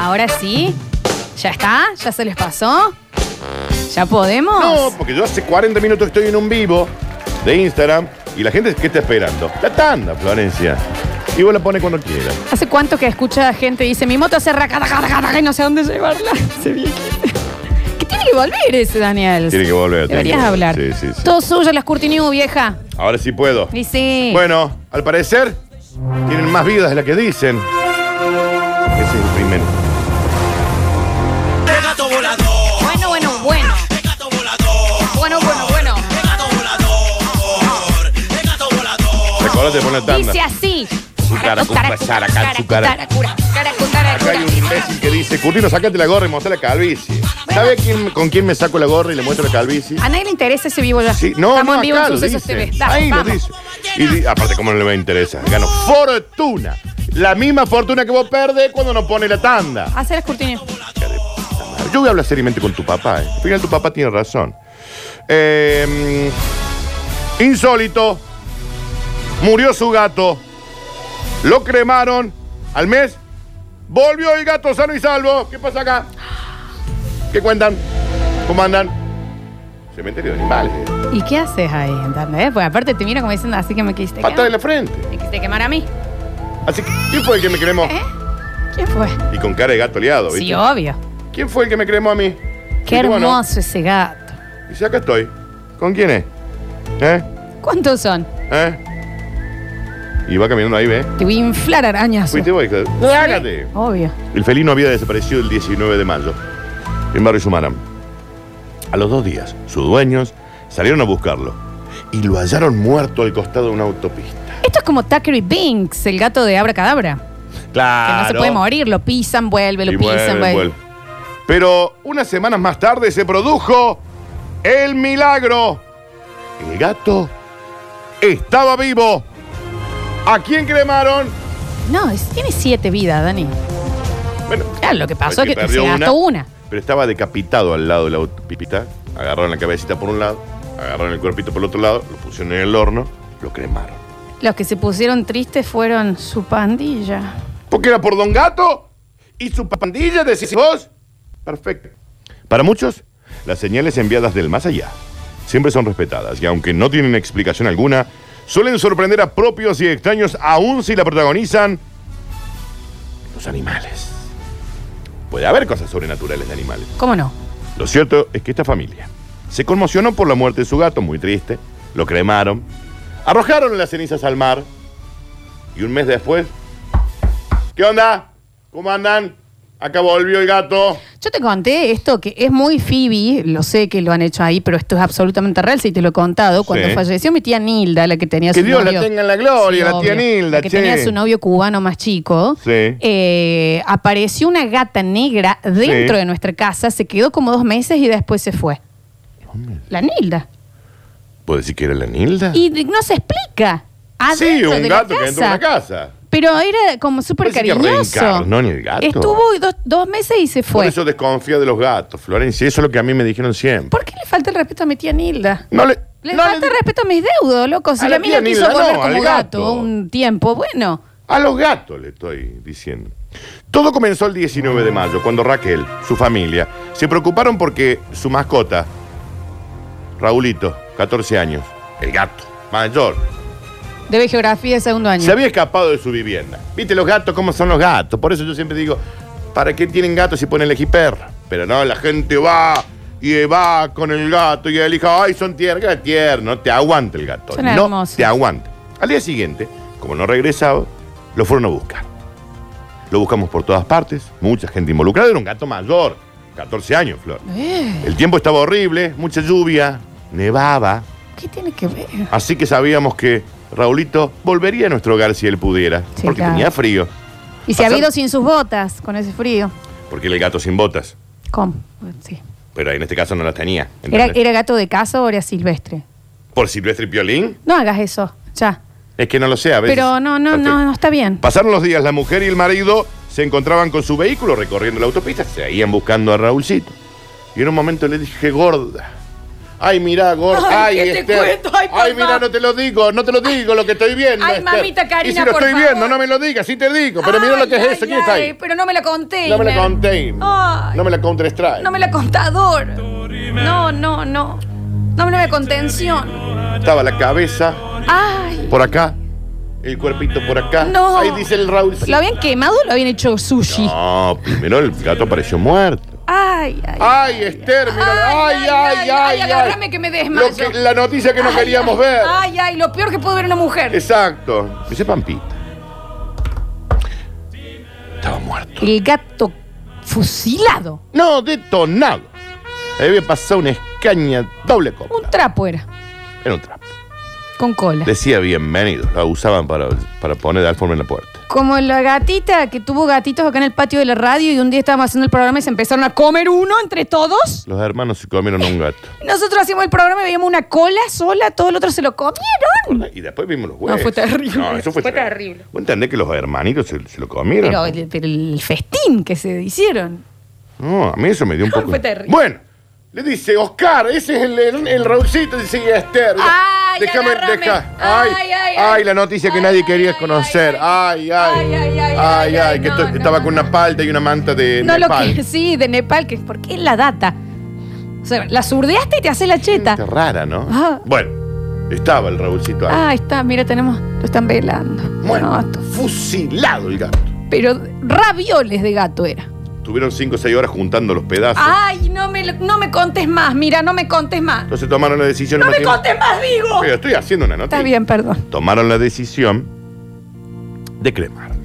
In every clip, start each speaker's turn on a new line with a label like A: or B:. A: Ahora sí. ¿Ya está? ¿Ya se les pasó? ¿Ya podemos?
B: No, porque yo hace 40 minutos estoy en un vivo de Instagram y la gente, ¿qué está esperando? La tanda, Florencia. Y vos la pones cuando quieras.
A: ¿Hace cuánto que escucha gente dice mi moto hace raca, raca, raca, raca, y no sé a dónde llevarla? Ese viejito. ¿Qué tiene que volver ese, Daniel?
B: Tiene que volver. tiene que
A: Deberías
B: volver.
A: hablar.
B: Sí, sí, sí.
A: Todo suyo, las Curtinibus, vieja.
B: Ahora sí puedo.
A: Y sí.
B: Bueno, al parecer, tienen más vidas de las que dicen. Ese es el primero.
C: Gato volador,
A: Bueno, bueno, bueno.
C: gato volador,
A: Bueno, bueno, bueno.
C: gato volador, gato volador.
B: Recordate de poner tanda.
A: Dice así.
B: Cucara, cucara, cucara, cucara. Acá hay un imbécil que dice, Curtino, sacate la gorra y mostrá la calvicie. ¿Sabe quién- con quién me saco la gorra y le muestro la calvicie?
A: A nadie le interesa ese vivo ya.
B: Sí, no,
A: Estamos
B: no,
A: en vivo
B: acá
A: en
B: lo
A: Sucesos
B: dice.
A: TV. Dale,
B: Ahí lo
A: vamos.
B: dice. Y di- aparte, ¿cómo no le va a interesar? Gano fortuna. La misma fortuna que vos perdés cuando no pone la tanda.
A: Hace las cortinas.
B: Yo voy a hablar seriamente con tu papá. ¿eh? Al final tu papá tiene razón. Eh, insólito. Murió su gato. Lo cremaron. Al mes volvió el gato sano y salvo. ¿Qué pasa acá? ¿Qué cuentan? ¿Cómo andan? Cementerio de animales. ¿eh?
A: ¿Y qué haces ahí? ¿Entendés? Pues aparte te mira como diciendo, así que me quisiste
B: Patada
A: quemar.
B: en la frente.
A: Me quisiste quemar a mí.
B: Así que, ¿quién fue el que me cremó?
A: ¿Eh? ¿Quién fue?
B: Y con cara de gato liado, ¿viste?
A: Sí, obvio.
B: ¿Quién fue el que me cremó a mí?
A: Qué
B: Y tú, bueno,
A: hermoso ese gato.
B: Y si acá estoy. ¿Con quién es? ¿Eh?
A: ¿Cuántos son?
B: ¿Eh? Y va caminando ahí, ¿ve?
A: Te voy a inflar arañazo.
B: Fuiste vos, hijo de- ¡Hágate!
A: Obvio.
B: El felino había desaparecido el 19 de mayo en Barrio Sumaram. A los dos días, sus dueños salieron a buscarlo y lo hallaron muerto al costado de una autopista.
A: Esto es como Tucker y Binks, el gato de Abra Cadabra. Que
B: Claro.
A: no se puede morir, lo pisan, vuelve, lo
B: Y
A: pisan,
B: vuelve,
A: vuelve.
B: vuelve. Pero unas semanas más tarde se produjo el milagro. El gato estaba vivo. ¿A quién cremaron?
A: No, es- tiene siete vidas, Dani.
B: Bueno,
A: Claro, lo que pasó
B: Porque
A: es que se
B: perdió
A: gastó una.
B: Pero estaba decapitado al lado de la autopista. Agarraron la cabecita por un lado, agarraron el cuerpito por el otro lado, lo pusieron en el horno, lo cremaron.
A: Los que se pusieron tristes fueron su pandilla.
B: Porque era por Don Gato y su pandilla, decís vos. Perfecto. Para muchos, las señales enviadas del más allá siempre son respetadas y aunque no tienen explicación alguna, suelen sorprender a propios y extraños aun si la protagonizan los animales. Puede haber cosas sobrenaturales de animales.
A: ¿Cómo no?
B: Lo cierto es que esta familia se conmocionó por la muerte de su gato, muy triste, lo cremaron, arrojaron las cenizas al mar y un mes después, ¿qué onda? ¿Cómo andan? Acá volvió el gato.
A: Yo te conté esto que es muy Phoebe, lo sé que lo han hecho ahí, pero esto es absolutamente real, si te lo he contado. Cuando
B: Sí.
A: falleció mi tía Nilda, la que tenía
B: Que
A: su
B: Dios la
A: novio-
B: tenga en la gloria, la tía Nilda,
A: la que
B: che.
A: tenía su novio cubano más chico,
B: Sí.
A: eh, apareció una gata negra dentro
B: Sí.
A: de nuestra casa, se quedó como dos meses y después se fue. La Nilda.
B: ¿Puedo decir que era la Nilda?
A: Y no se explica.
B: sí,
A: Adentro
B: un
A: de la
B: gato que entró en una casa.
A: Pero era como súper
B: Parece que
A: cariñoso.
B: reencarnó en el gato.
A: Estuvo dos, dos meses y se fue.
B: Por eso desconfía de los gatos, Florencia. Eso es lo que a mí me dijeron siempre.
A: ¿Por qué le falta el respeto a mi tía Nilda?
B: No le.
A: Le
B: no
A: falta respeto a mis deudos, loco. Si
B: A
A: la
B: la
A: mina
B: tía
A: quiso
B: Nilda,
A: volver
B: no, al
A: como gato.
B: gato.
A: un tiempo, bueno.
B: A los gatos le estoy diciendo. Todo comenzó el 19 de mayo, cuando Raquel, su familia, se preocuparon porque su mascota, Raulito, 14 años, el gato mayor,
A: Debe geografía de segundo año.
B: se había escapado de su vivienda. Viste los gatos, cómo son los gatos. Por eso yo siempre digo, ¿para qué tienen gatos si ponen elegir perra? Pero no, la gente va y va con el gato y el hijo, ay, son tiernos, qué tierno, te aguanta el gato.
A: Son
B: no
A: hermosos.
B: te aguanta. Al día siguiente, como no regresaba, lo fueron a buscar. Lo buscamos por todas partes, mucha gente involucrada, era un gato mayor, 14 años, Flor.
A: Eh,
B: El tiempo estaba horrible, mucha lluvia, nevaba,
A: ¿Qué tiene que ver?
B: Así que sabíamos que Raulito volvería a nuestro hogar si él pudiera.
A: Sí,
B: porque
A: claro.
B: tenía frío.
A: Y se ha
B: Pasar-
A: habido sin sus botas, con ese frío.
B: Porque era el gato sin botas.
A: ¿Cómo? Sí.
B: Pero en este caso no las tenía.
A: Era,
B: ¿entendés?
A: ¿Era gato de casa o era silvestre?
B: Por Silvestre y Piolín.
A: No hagas eso, ya.
B: Es que no lo sé a veces.
A: Pero no, no, no, no está bien.
B: Pasaron los días, la mujer y el marido se encontraban con su vehículo recorriendo la autopista. Se iban buscando a Raulcito. Y en un momento le dije, gorda, Ay, mirá, Gord. Ay,
A: Ay, ¿qué te
B: Esther.
A: cuento? Ay, papá.
B: mirá, no te lo digo, no te lo digo lo que estoy viendo.
A: Ay,
B: Esther.
A: mamita Karina,
B: Y si lo
A: por
B: estoy
A: favor.
B: viendo, no me lo digas, sí te digo. Pero mirá lo que es
A: Ay,
B: eso.
A: ay,
B: ¿Quién está
A: ay,
B: ahí?
A: Pero no me la conté.
B: No me la
A: Iner.
B: contain.
A: Ay.
B: No me la counter strike.
A: No me la contador. No, no, no. No me la contención.
B: Estaba la cabeza
A: Ay.
B: por acá, el cuerpito por acá.
A: No.
B: Ahí dice el Raúl.
A: ¿Lo habían quemado o lo habían hecho sushi?
B: No, primero el gato apareció muerto.
A: Ay, ay.
B: Ay, Esther, mira. Ay, ay, ay, ay.
A: agárrame que me desmayo.
B: Lo que- la noticia que no
A: Ay,
B: queríamos
A: ay,
B: ver.
A: Ay, ay, lo peor que puede ver una mujer.
B: Exacto. Me dice Pampita. Estaba muerto.
A: El gato fusilado.
B: No, detonado. Le había pasado una escaña doble copa.
A: Un trapo era,
B: Era un trapo.
A: con cola.
B: Decía bienvenido. La usaban para, para poner alfombra en la puerta.
A: Como la gatita que tuvo gatitos acá en el patio de la radio y un día estábamos haciendo el programa y se empezaron a comer uno entre todos.
B: Los hermanos se comieron a un gato.
A: Nosotros hacíamos el programa y veíamos una cola sola, todo el otro se lo comieron.
B: Y después vimos los huevos.
A: No, fue terrible.
B: No, eso fue,
A: Fue
B: terrible.
A: terrible.
B: ¿Vos entendés que los hermanitos se, se lo comieron?
A: Pero, el- pero el festín que se hicieron.
B: No, a mí eso me dio un poco.
A: Fue terrible.
B: Bueno, le dice Oscar, ese es el, el, el Raulcito, dice y Esther.
A: Ay,
B: déjame,
A: agárrame.
B: deja. Ay,
A: Ay, ay,
B: ay,
A: ay.
B: la noticia que
A: Ay,
B: nadie
A: ay,
B: quería
A: ay,
B: conocer. Ay, ay.
A: Ay, ay, ay, ay, ay,
B: que
A: no,
B: to-
A: no,
B: estaba
A: no,
B: con una palta y una manta de
A: No lo
B: Nepal.
A: que sí, de Nepal, que porque es la data. O sea, la surdeaste y te hace la cheta.
B: Qué rara, ¿no?
A: Ah.
B: Bueno, estaba el Raulcito ahí.
A: Ah, está, mira, tenemos. Lo están velando.
B: Bueno,
A: No, esto-
B: fusilado el gato.
A: pero ravioles de gato era.
B: Tuvieron 5 o 6 horas juntando los pedazos.
A: Ay, no me, lo- no me contes más, mira, no me contes más.
B: Entonces tomaron la decisión.
A: No me
B: imagínate-
A: contes más, digo.
B: Pero estoy haciendo una noticia.
A: Está bien, perdón.
B: Tomaron la decisión de cremarlo.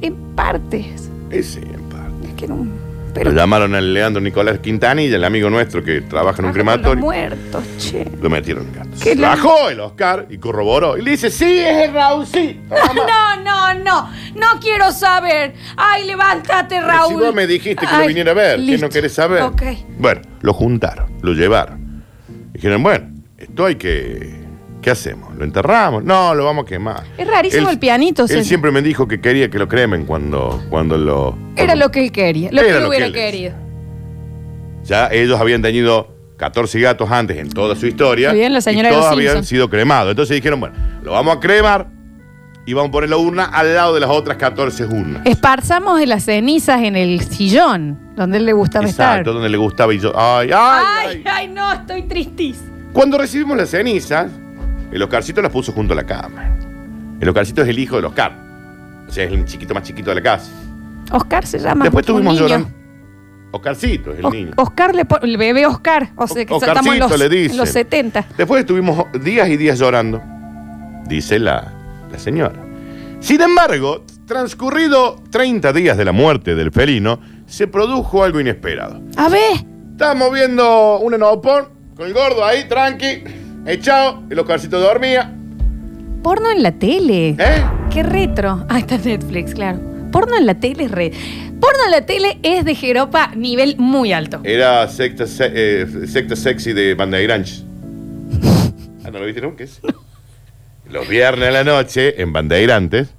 A: En partes.
B: Ese, en parte.
A: Es que no-
B: Lo
A: Pero
B: llamaron al Leandro Nicolás Quintanilla, el amigo nuestro que trabaja en un
A: trabaja con los
B: crematorio.
A: muertos, che.
B: Lo metieron en gato.
A: Ah, Qué la-
B: Bajó el Oscar y corroboró. Y le dice, sí, es el Raúlcito. mamá".
A: No, no, no. No quiero saber. Ay, levántate,
B: Pero
A: Raúl.
B: Si vos me dijiste que lo
A: Ay,
B: viniera a ver, que
A: listo.
B: no querés saber.
A: Ok.
B: Bueno, lo juntaron, lo llevaron. Dijeron, bueno, esto hay que. ¿Qué hacemos? ¿Lo enterramos? No, lo vamos a quemar.
A: Es rarísimo el pianito,
B: Él
A: César.
B: siempre me dijo que quería que lo cremen cuando, cuando lo.
A: Era lo que él quería, lo
B: Era
A: que
B: lo que
A: hubiera
B: él
A: querido.
B: Ya ellos habían tenido 14 gatos antes en toda su historia.
A: Bien, la señora
B: y
A: de los
B: todos habían
A: Simpson.
B: sido cremados. Entonces dijeron, bueno, lo vamos a cremar y vamos a poner la urna al lado de las otras 14 urnas.
A: Esparzamos de las cenizas en el sillón, donde él le gustaba estar.
B: Exacto, donde le gustaba y yo. Ay, ay,
A: Ay,
B: ay.
A: ay, no, estoy tristísima.
B: Cuando recibimos las cenizas, el Oscarcito las puso junto a la cama. El Oscarcito es el hijo del Oscar. O sea, es el chiquito más chiquito de la casa.
A: Oscar se llama.
B: Después
A: un
B: tuvimos
A: niño. Oh.
B: llorando. Oscarcito es el
A: O-
B: niño.
A: Oscar, le pon- el bebé Oscar. O sea, que
B: Oscarcito
A: estamos en los,
B: le dice.
A: en los 70.
B: Después estuvimos días y días llorando, dice la, la señora. Sin embargo, transcurrido 30 días de la muerte del felino, se produjo algo inesperado.
A: A ver,
B: Estábamos viendo un enopón con el gordo ahí, tranqui, echado, el Oscarcito dormía.
A: porno en la tele.
B: ¿Eh?
A: Qué retro. Ah, está en Netflix, claro. Porno en la tele es re. Porno en la tele es de Jeropa nivel muy alto.
B: Era secta, se- eh, secta sexy de Bandeirantes. Ah, ¿no lo viste nunca? ese? Los viernes a la noche en Bandeirantes,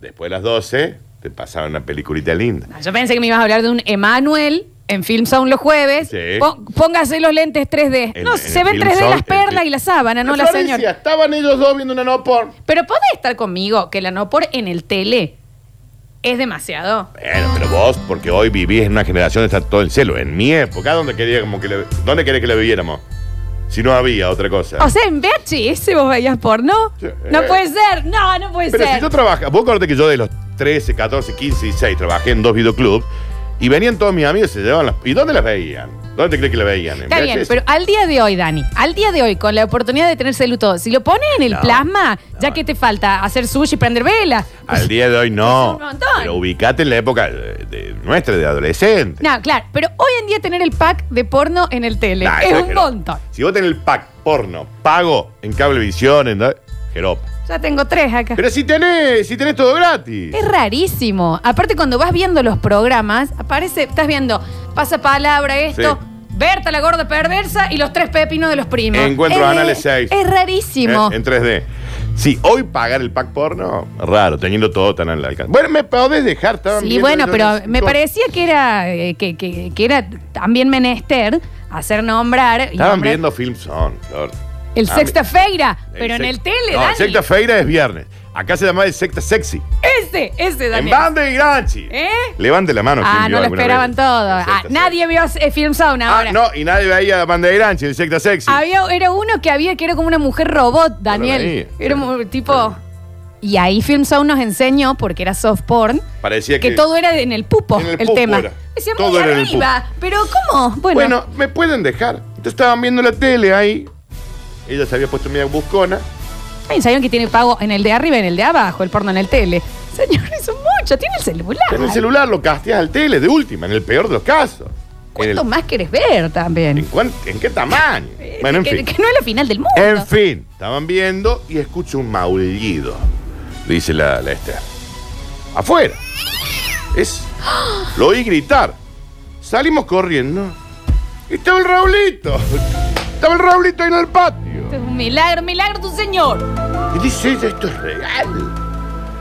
B: después de las 12, te pasaban una peliculita linda.
A: Yo pensé que me ibas a hablar de un Emanuel en Film Sound los jueves.
B: Sí.
A: Po- póngase los lentes 3D.
B: En-
A: no,
B: en
A: se
B: el
A: ven
B: Film
A: 3D
B: Sound,
A: las perlas
B: en-
A: y la sábana, no la
B: Florencia,
A: señora.
B: Estaban ellos dos viendo una no porn.
A: Pero podés estar conmigo que la no por en el tele es demasiado.
B: Bueno, pero vos, porque hoy vivís en una generación donde está todo el celo. En mi época, ¿dónde quería como que le- dónde querés que la viviéramos? Si no había otra cosa.
A: O sea, en VHS vos veías porno.
B: Sí. eh,
A: No puede ser. No, no puede
B: Pero
A: ser.
B: si yo trabajo, vos acordate que yo de los 13, 14, 15 y 6 trabajé en dos videoclubs y venían todos mis amigos y se llevaban las. ¿Y dónde las veían? ¿Dónde te crees que las veían? ¿En
A: Está bien,
B: VHS?
A: pero al día de hoy, Dani, al día de hoy, con la oportunidad de tener celu todo, si lo pones en el
B: No,
A: plasma, ya
B: no.
A: que te falta hacer sushi y prender vela.
B: Al día de hoy no.
A: Es un montón.
B: Pero ubicate en la época de- de nuestra, de adolescente.
A: No, claro, pero hoy en día tener el pack de porno en el tele
B: Nah,
A: es
B: eso
A: un
B: jeropa.
A: montón.
B: Si vos tenés el pack porno, pago en cablevisión, en. Jeropa.
A: Ya tengo tres acá.
B: Pero si tenés, si tenés todo gratis.
A: Es rarísimo. Aparte, cuando vas viendo los programas, aparece, estás viendo pasapalabra, esto,
B: Sí.
A: Berta la gorda perversa y los tres pepinos de los primos.
B: Encuentro
A: Es-
B: anales 6.
A: Es rarísimo.
B: Eh, En 3D. Sí, hoy pagar el pack porno, raro, teniendo todo tan al alcance. Bueno, me podés dejar. Estaban
A: Sí,
B: viendo
A: bueno,
B: yo
A: pero
B: las-
A: me
B: no.
A: parecía que era eh, que, que- que era también menester hacer nombrar. y
B: Estaban
A: nombrar
B: viendo Film Zone, Flor.
A: El
B: Ah,
A: Sexta Feira,
B: el
A: pero en
B: sex-
A: el tele,
B: No,
A: Dani.
B: Sexta Feira es viernes. Acá se llama el Sexta Sexy.
A: Ese, ese, Dani.
B: En Bande y Granchi.
A: ¿Eh?
B: Levante la mano.
A: Ah,
B: quien vio
A: no lo
B: alguna
A: esperaban
B: vez.
A: todo.
B: El
A: Ah,
B: Sexta
A: nadie vio eh, Film Zone
B: Sexy.
A: ahora. Ah,
B: Ah, no, y nadie veía Bande y Granchi, el Sexta Sexy.
A: Había, era uno que había que era como una mujer robot, Daniel.
B: veía.
A: Era un tipo.
B: Pero-
A: Y ahí Film Zone nos enseñó, porque era soft porn,
B: Parecía
A: que, todo era en el pupo,
B: en
A: el,
B: el pupo
A: tema.
B: era.
A: Decía,
B: Todo
A: muy
B: era en el
A: arriba. Pero, ¿cómo?
B: Bueno, me pueden dejar. Entonces estaban viendo la tele ahí. Ella se había puesto media buscona.
A: Ay, ¿Saben que tiene pago en el de arriba y en el de abajo, el porno en el tele? Señores, son muchos. Tiene el celular.
B: En el celular lo casteas al tele, de última, en el peor de los casos. En, el-
A: ¿Cuánto más querés ver también?
B: ¿en, cuán- en qué tamaño? Bueno, en
A: que,
B: fin.
A: que no es la final del mundo.
B: En fin, estaban viendo y escucho un maullido, dice la, la Esther. Afuera. Es. Lo oí gritar. Salimos corriendo. Y estaba el Raulito. Estaba el Raulito ahí en el patio.
A: Esto es un milagro, milagro tu señor.
B: Y dice ella, esto es real.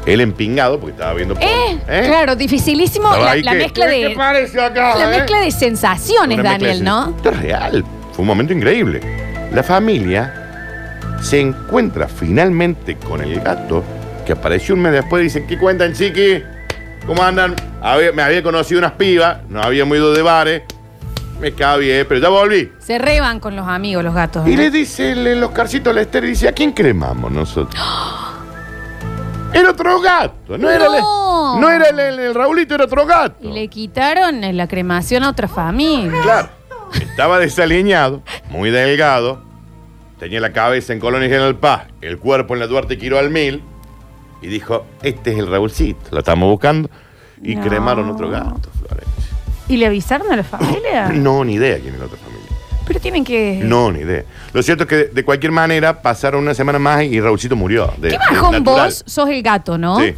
B: Él empingado, porque estaba viendo. porno,
A: ¿Eh?
B: ¿eh?
A: Claro, dificilísimo
B: Estaba
A: la,
B: ahí
A: la
B: que,
A: mezcla
B: "¿Qué
A: de
B: te parece acá,
A: la
B: eh?"
A: mezcla de sensaciones,
B: Una mezcla de
A: Daniel,
B: sensaciones.
A: ¿no?
B: Esto es real. Fue un momento increíble. La familia se encuentra finalmente con el gato que apareció un mes después y dice, ¿qué cuentan, chiqui? ¿Cómo andan? Había- me había conocido unas pibas, nos habíamos ido de bares, me cabié, pero ya volví.
A: Se reban con los amigos, los gatos.
B: Y
A: ¿no?
B: le dice el- el Oscarcito a la Esther, y dice, ¿a quién cremamos nosotros? Era otro gato, no, era, el,
A: No.
B: no era el, el- el Raulito, era otro gato.
A: Y le quitaron eh, la cremación a otra familia.
B: Claro. Estaba desaliñado, muy delgado. Tenía la cabeza en Colonia General Paz, el cuerpo en la Duarte Quiro al Mil. Y dijo, este es el Raúlcito, lo estamos buscando. Y
A: No.
B: cremaron otro gato, Florencia.
A: ¿Y le avisaron a la familia?
B: No, ni idea quién es la otra familia.
A: Pero tienen que.
B: No, ni idea. Lo cierto es que de, de cualquier manera pasaron una semana más y Raúlcito murió. De,
A: ¿Qué bajón
B: natural.
A: vos sos el gato, no?
B: Sí.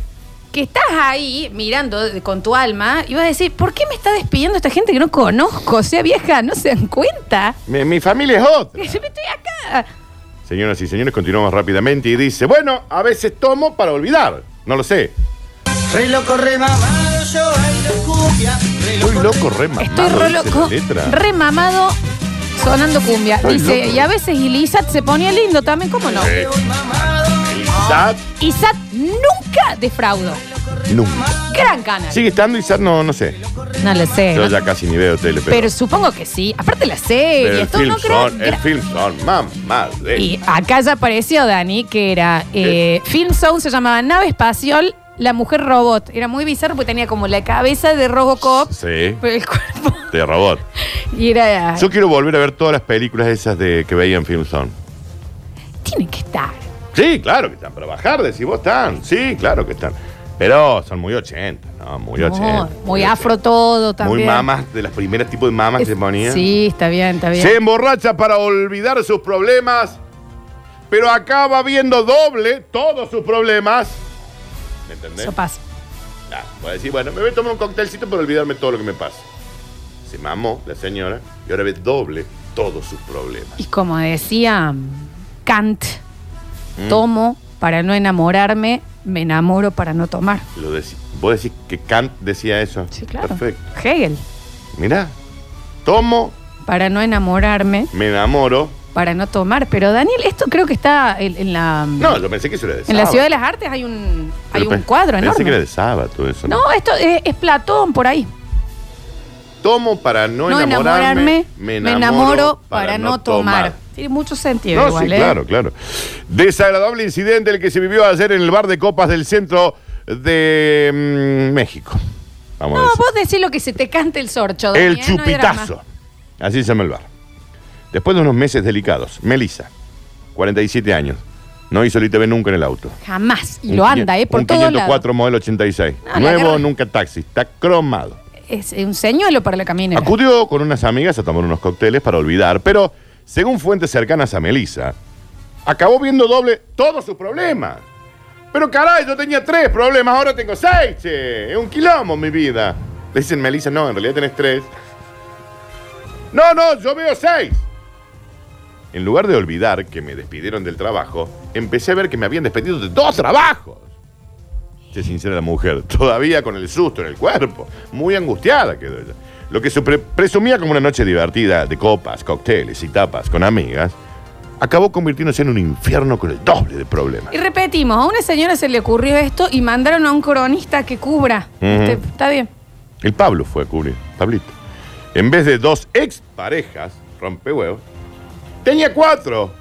A: Que estás ahí mirando de- con tu alma y vas a decir, ¿por qué me está despidiendo esta gente que no conozco? O sea, vieja, no se dan cuenta.
B: Mi, mi familia es otra.
A: Que yo me estoy acá.
B: Señoras y señores, continuamos rápidamente y dice, bueno, a veces tomo para olvidar. No lo sé.
D: Re loco, re mamado, yo bailo cumbia. Re
B: Muy
D: loco,
B: loco, re
A: Estoy
B: mamado,
A: re
B: dice la
A: loco,
B: letra.
A: re mamado, sonando cumbia.
B: Estoy
A: Dice,
B: loco.
A: y a veces Ilizat se ponía lindo también, ¿cómo no?
B: Eh,
D: voy mamado.
B: Isaac
A: Isat nunca defraudó.
B: nunca.
A: Gran canal.
B: Sigue estando Isaac, no, no sé.
A: No lo sé.
B: Yo
A: no-
B: ya casi ni veo tele, pero.
A: pero supongo que sí. Aparte la serie,
B: pero el
A: esto
B: film
A: no creo.
B: son, el film son, mamá. de-
A: Y acá ya apareció Dani, que era eh, Film Zone, se llamaba Nave Espacial, la mujer robot. Era muy bizarro porque tenía como la cabeza de Robocop,
B: Sí,
A: pero el cuerpo.
B: de robot.
A: Y era.
B: Yo quiero volver a ver todas las películas esas de que veía en Film Zone.
A: Tiene que estar.
B: Sí, claro que están para bajar, decís vos están. Sí, claro que están. Pero son muy 80, ¿no? Muy 80.
A: No, muy
B: 80.
A: afro todo también.
B: Muy mamas, de las primeras tipos de mamas
A: Es-
B: que se ponían.
A: Sí, está bien, está bien.
B: Se emborracha para olvidar sus problemas, pero acaba viendo doble todos sus problemas. ¿Me entendés?
A: Eso pasa.
B: Ah, voy a decir, bueno, me voy a tomar un coctelcito para olvidarme todo lo que me pasa. Se mamó la señora y ahora ve doble todos sus problemas.
A: Y como decía mm, Kant,
B: Mm.
A: tomo para no enamorarme, me enamoro para no tomar.
B: Lo decí- ¿Vos decís que Kant decía eso?
A: Sí, claro.
B: Perfecto.
A: Hegel,
B: Mirá, tomo,
A: para no enamorarme,
B: me enamoro.
A: para no tomar. Pero Daniel, esto creo que está en, en la.
B: No, yo pensé que eso era de
A: En la
B: Saba.
A: Ciudad de las Artes hay un, hay
B: Pero
A: un
B: pe-
A: cuadro
B: pensé
A: enorme.
B: que era de Saba todo eso. ¿no?
A: No, esto es, es Platón por ahí.
B: Tomo para no,
A: No enamorarme,
B: enamorarme,
A: me enamoro, para, no tomar. Tiene mucho sentido
B: No,
A: igual,
B: sí,
A: ¿eh?
B: claro, claro. Desagradable incidente el que se vivió ayer en el bar de copas del centro de mm, México. Vamos
A: No,
B: a decir.
A: vos decís lo que se te cante el sorcho. Dani,
B: El
A: ¿eh? No hay drama.
B: chupitazo. Así se llama el bar. Después de unos meses delicados, Melissa, 47 años, no hizo el ITV nunca en el auto.
A: Jamás. Y
B: Un
A: lo
B: quin-
A: anda, ¿eh? Por
B: un
A: todos
B: 504
A: lados.
B: modelo 86.
A: No, la
B: Nuevo,
A: agarra-
B: nunca taxi. Está cromado.
A: Es un señuelo para la caminera.
B: Acudió con unas amigas a tomar unos cócteles para olvidar, pero según fuentes cercanas a Melissa, acabó viendo doble todos sus problemas. Pero caray, yo tenía tres problemas, ahora tengo seis, che. Es un quilombo mi vida. Le dicen Melissa, no, en realidad tenés tres. No, no, yo veo seis. En lugar de olvidar que me despidieron del trabajo, empecé a ver que me habían despedido de dos trabajos. Se sincera la mujer, todavía con el susto en el cuerpo. Muy angustiada quedó ella. Lo que se pre- presumía como una noche divertida de copas, cócteles y tapas con amigas, acabó convirtiéndose en un infierno con el doble de problemas.
A: Y repetimos, a una señora se le ocurrió esto y mandaron a un cronista que cubra.
B: Ujú.
A: Este, Está bien.
B: El Pablo fue a cubrir, Pablito. En vez de dos exparejas, rompehuevos, tenía cuatro.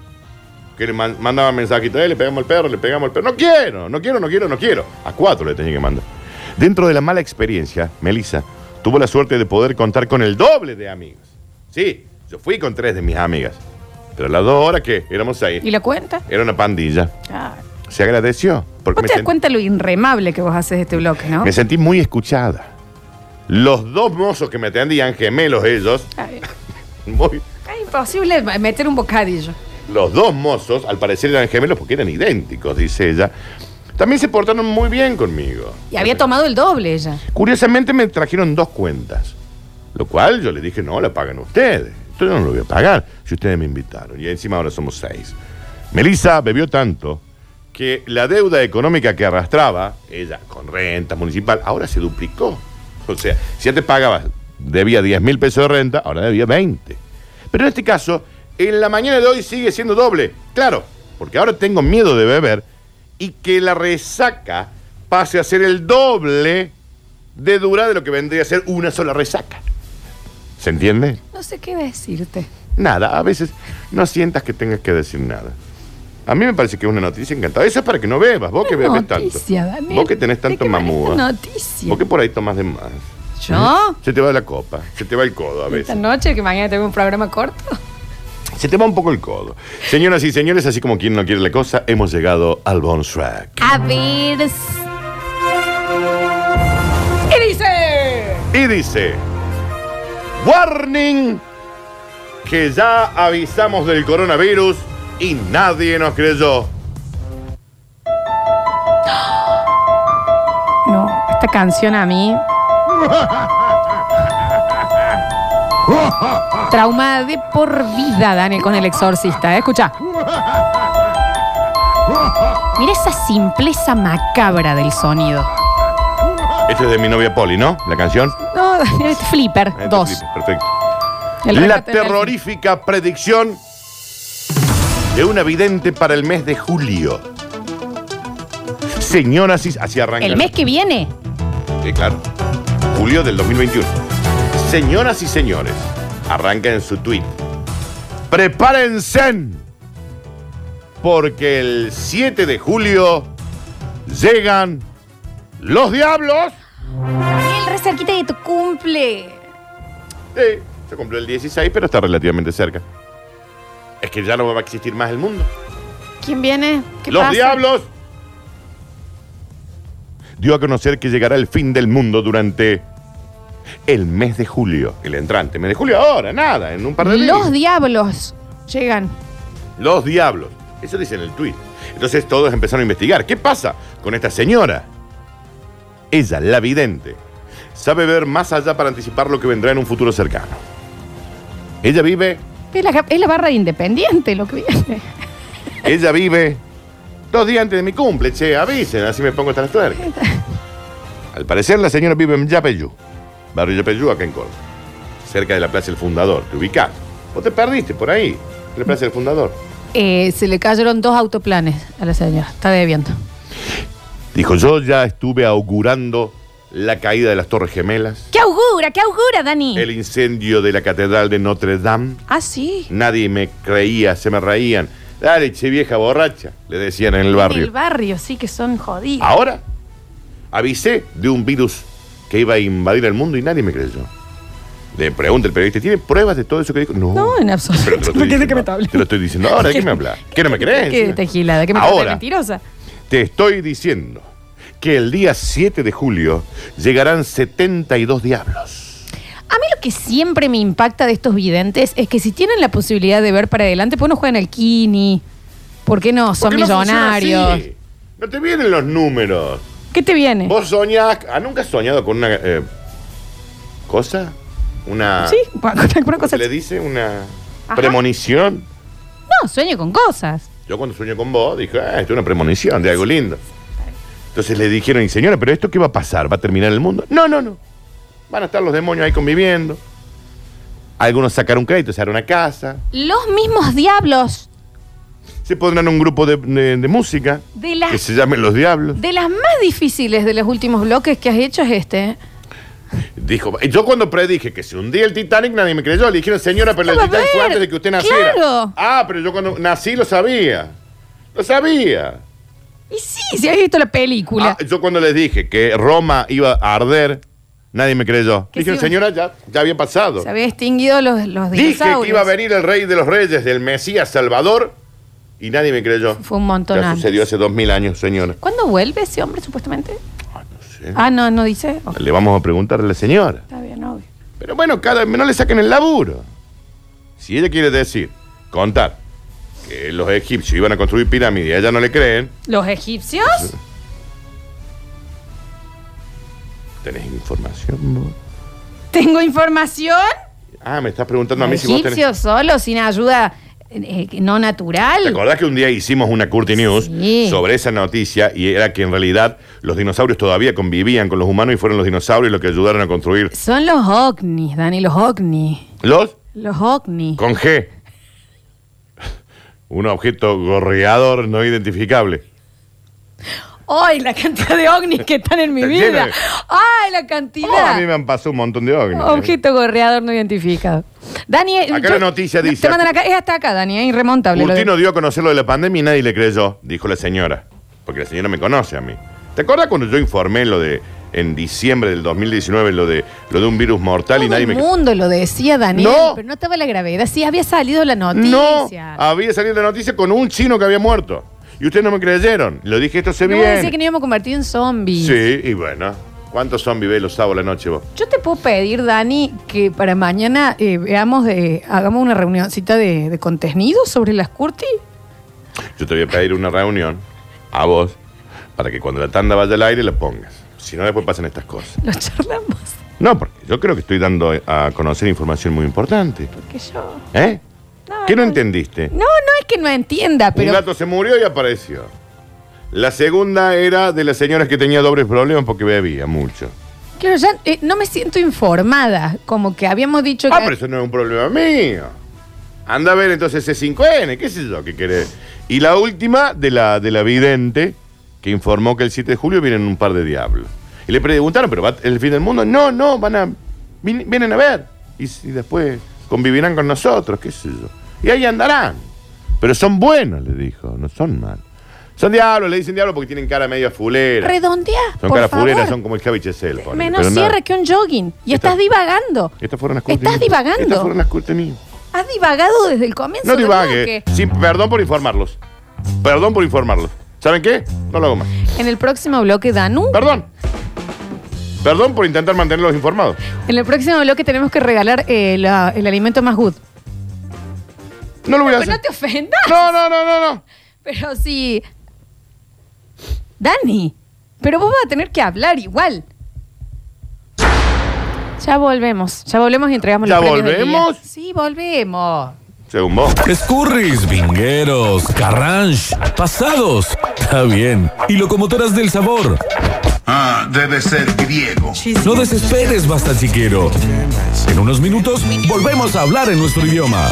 B: Que le man- mandaban mensajitos, eh, le pegamos al perro, le pegamos al perro. No quiero, no quiero, no quiero, no quiero. A cuatro le tenía que mandar. Dentro de la mala experiencia, Melissa tuvo la suerte de poder contar con el doble de amigos. Sí, yo fui con tres de mis amigas. Pero a las dos horas que éramos seis,
A: ¿Y la cuenta?
B: era una pandilla.
A: Ah.
B: Se agradeció. Porque
A: Vos
B: me
A: te das
B: sent-
A: cuenta lo inremable que vos haces de este bloque, ¿no?
B: me sentí muy escuchada. Los dos mozos que me atendían, gemelos ellos,
A: Está bien.
B: muy-
A: Es imposible meter un bocadillo.
B: los dos mozos, al parecer eran gemelos porque eran idénticos, dice ella, también se portaron muy bien conmigo.
A: Y había tomado el doble ella.
B: Curiosamente me trajeron dos cuentas, lo cual yo le dije, no, la pagan ustedes. Yo no lo voy a pagar si ustedes me invitaron. Y encima ahora somos seis. Melissa bebió tanto que la deuda económica que arrastraba, ella con renta municipal, ahora se duplicó. O sea, si antes pagabas, debía 10 mil pesos de renta, ahora debía 20. Pero en este caso, en la mañana de hoy sigue siendo doble. Claro, porque ahora tengo miedo de beber y que la resaca pase a ser el doble de dura de lo que vendría a ser una sola resaca. ¿Se entiende?
A: No sé qué decirte.
B: Nada, a veces no sientas que tengas que decir nada. A mí me parece que es una noticia encantada. Eso es para que no bebas, vos que
A: Una
B: bebes
A: noticia,
B: tanto.
A: Daniel.
B: Vos que tenés
A: ¿De
B: tanto
A: qué manera
B: mamúa.
A: esta noticia?
B: Vos que por ahí tomás de más.
A: ¿Yo?
B: Se te va la copa, se te va el codo a
A: Esta
B: veces.
A: noche, que mañana tengo un programa corto.
B: Se te va un poco el codo. Señoras y señores, así como quien no quiere la cosa, hemos llegado al bonus track.
A: A ver. s- ¿Qué dice?
B: Y dice, warning, que ya avisamos del coronavirus y nadie nos creyó.
A: No, esta canción a mí. Trauma de por vida, Daniel, con el exorcista. ¿eh? Escucha. Mira esa simpleza macabra del sonido.
B: Este es de mi novia Poli, ¿no? La canción.
A: No, Daniel, es Flipper
B: Este
A: 2.
B: clip, Perfecto.
A: El
B: La
A: rescate de
B: terrorífica predicción de una vidente para el mes de julio. Señoras y... Así arranca.
A: Nelson. El mes que viene.
B: Sí, claro. Julio del 2021. Señoras y señores, arranca en su tweet. Prepárense, porque el 7 de julio llegan los diablos.
A: Daniel, re cerquita de tu cumple.
B: Sí, se cumplió el 16, pero está relativamente cerca. Es que ya no va a existir más el mundo.
A: ¿Quién viene? ¿Qué
B: ¡Los
A: pasa?
B: diablos! Dio a conocer que llegará el fin del mundo durante el mes de julio. El entrante. Mes de julio ahora, nada, en un par de días.
A: Los diablos llegan.
B: Los diablos. Eso dice en el tuit. Entonces todos empezaron a investigar. ¿Qué pasa con esta señora? Ella, la vidente, sabe ver más allá para anticipar lo que vendrá en un futuro cercano. Ella vive
A: Es la, es la barra de independiente lo que viene.
B: Ella vive dos días antes de mi cumple, che, avisen, así me pongo hasta las tuercas. Al parecer la señora vive en Yapeyú, barrio Yapeyú, acá en Córdoba, cerca de la Plaza del Fundador, te ubicás. Vos te perdiste por ahí, en la Plaza del Fundador.
A: Eh, se le cayeron dos autoplanes a la señora. Está debiendo.
B: Dijo, yo ya estuve augurando la caída de las Torres Gemelas,
A: ¿Qué augura? ¿Qué augura, Dani?
B: el incendio de la Catedral de Notre Dame.
A: Ah, sí.
B: Nadie me creía, se me reían. Dale, che, vieja borracha, le decían en el
A: En
B: barrio.
A: el barrio, sí, que son jodidos.
B: Ahora avisé de un virus que iba a invadir el mundo y nadie me creyó. Le pregunta el periodista, ¿tiene pruebas de todo eso que dijo? No,
A: No, en absoluto.
B: Pero te lo estoy
A: ¿Por qué de qué me
B: diciendo,
A: está hablando?
B: te lo estoy diciendo ahora, ¿de qué me hablas? ¿Qué no me crees?
A: Qué tejilada, que me
B: Ahora.
A: trata de mentirosa.
B: Te estoy diciendo que el día 7 de julio llegarán 72 diablos.
A: A mí lo que siempre me impacta de estos videntes es que si tienen la posibilidad de ver para adelante, ¿por qué no juegan al Kini? ¿Por qué no? Son
B: ¿Por qué no funciona así?
A: millonarios.
B: No te vienen los números.
A: ¿Qué te viene?
B: Vos soñás... ¿Ah, ¿Nunca has soñado con una eh, cosa? Una.
A: Sí, alguna cosa.
B: ¿Se le dice una
A: Ajá.
B: premonición?
A: No, sueño con cosas.
B: Yo cuando sueño con vos dije, ah, esto es una premonición de algo lindo. Entonces le dijeron, y señora, ¿pero esto qué va a pasar? ¿Va a terminar el mundo? No, no, no. Van a estar los demonios ahí conviviendo. Algunos sacaron crédito, se harán una casa.
A: Los mismos diablos
B: Se pondrán un grupo de, de- de música
A: de las
B: que se llamen Los Diablos.
A: de las más difíciles de los últimos bloques que has hecho es este. ¿eh?
B: Dijo, y yo cuando predije que se hundía el Titanic, nadie me creyó. Le dijeron, señora, pero el
A: ¿Cómo va a
B: Titanic fue
A: ver?
B: antes de que usted naciera.
A: Claro.
B: Ah, pero yo cuando nací lo sabía. Lo sabía.
A: Y sí, si has visto la película.
B: Ah, yo cuando les dije que Roma iba a arder, nadie me creyó.
A: Que
B: Dijeron,
A: sí,
B: señora, ya, ya había pasado.
A: se había extinguido los, los
B: Dije
A: dinosaurios.
B: que iba a venir el rey de los reyes, del Mesías Salvador, y nadie me creyó.
A: Fue un montón
B: Ya
A: antes.
B: sucedió hace dos mil años, señora.
A: ¿Cuándo vuelve ese hombre, supuestamente?
B: Ah, no sé.
A: Ah, no, no dice. Ok,
B: Le vamos a preguntar a la señora.
A: está bien, obvio.
B: Pero bueno, cada no le saquen el laburo. Si ella quiere decir, contar, que los egipcios iban a construir pirámides y a ella no le creen,
A: ¿Los egipcios?
B: tenés información vos?
A: ¿Tengo información?
B: Ah, me estás preguntando a mí
A: ¿Los
B: si vos tenés...
A: egipcios solo, sin ayuda eh, eh, no
B: ¿Te
A: natural?
B: acordás que un día hicimos una Curti News
A: Sí.
B: sobre esa noticia y era que en realidad los dinosaurios todavía convivían con los humanos y fueron los dinosaurios los que ayudaron a construir
A: Son los ovnis, Dani, los ovnis.
B: los
A: Los ovnis.
B: con G? Un objeto gorreador no identificable.
A: ¡Ay, la cantidad de ovnis que están en mi
B: Está lleno
A: vida!
B: de-
A: ¡Ay, la
B: Oh, a mí
A: cantidad!
B: me han pasado un montón de ovnis. ¿eh?
A: Objeto gorreador no identificado. Dani, eh,
B: Acá
A: yo-
B: la noticia dice-
A: Te mandan acá, es hasta acá, Dani, es irremontable. lo de-
B: Curtino dio a conocer lo de la pandemia y nadie le creyó, dijo la señora. Porque la señora me conoce a mí. ¿Te acuerdas cuando yo informé lo de en diciembre del 2019 lo de lo de un virus mortal
A: Todo
B: y nadie me
A: el mundo lo decía, Daniel,
B: No.
A: pero no estaba la gravedad. Sí, había salido la
B: No, Ah,
A: noticia.
B: había salido la noticia con un chino que había muerto. Y ustedes no me creyeron. Lo dije esto se
A: No
B: viene.
A: decía que nos íbamos a convertir en zombies.
B: Sí, y bueno. ¿Cuántos zombies ves los sábados a la noche vos?
A: Yo te puedo pedir, Dani, que para mañana eh, veamos, de, hagamos una reunioncita de, de contenido sobre las Curti.
B: Yo te voy a pedir una reunión a vos para que cuando la tanda vaya al aire la pongas. Si no, después pasan estas cosas.
A: Lo charlamos.
B: No, porque yo creo que estoy dando a conocer información muy importante.
A: Porque yo.
B: ¿Eh?
A: No,
B: ¿Qué no
A: no.
B: entendiste?
A: No, no es que no entienda,
B: Un
A: pero.
B: gato se murió y apareció. La segunda era de las señoras que tenía dobles problemas porque bebía mucho.
A: Claro, ya eh, no me siento informada. Como que habíamos dicho
B: Ah,
A: que.
B: pero eso no es un problema mío. Anda a ver entonces ese 5N, qué sé yo, qué querés. Y la última de la, de la vidente, que informó que el 7 de julio vienen un par de diablos. Y le preguntaron, ¿pero va el fin del mundo? No, no, van a. vin- vienen a ver. Y, si- y después convivirán con nosotros, qué sé yo. Y ahí andarán. Pero son buenos, le dijo, no son malos. Son diablos, le dicen diablos porque tienen cara media fulera.
A: Redondea.
B: son
A: por
B: cara
A: favor.
B: fulera, son como el Javi Chesel. ponele,
A: Menos
B: pero nada.
A: cierre que un jogging. Y
B: Está-
A: estás divagando.
B: Estas fueron las
A: Estás
B: cortinas.
A: divagando.
B: Estas fueron las cortinas.
A: Has divagado desde el comienzo.
B: No
A: del
B: divague.
A: bloque.
B: Sí, perdón por informarlos. Perdón por informarlos. ¿Saben qué? No lo hago más.
A: En el próximo bloque, Danu.
B: Perdón. Perdón por intentar mantenerlos informados.
A: En el próximo bloque tenemos que regalar eh, la- el alimento más good.
B: No lo voy a
A: Pero no
B: hacer.
A: te ofendas.
B: No, no, no, no, no.
A: Pero sí. Dani, pero vos vas a tener que hablar igual. Ya volvemos. Ya volvemos y entregamos
B: ¿Ya
A: los premios del día.
B: volvemos?
A: Sí, volvemos.
B: Según vos.
E: Escurris, vingueros, carranche, pasados, está bien, y locomotoras del sabor.
F: Ah, debe ser griego.
E: No desesperes, basta chiquero. En unos minutos volvemos a hablar en nuestro idioma.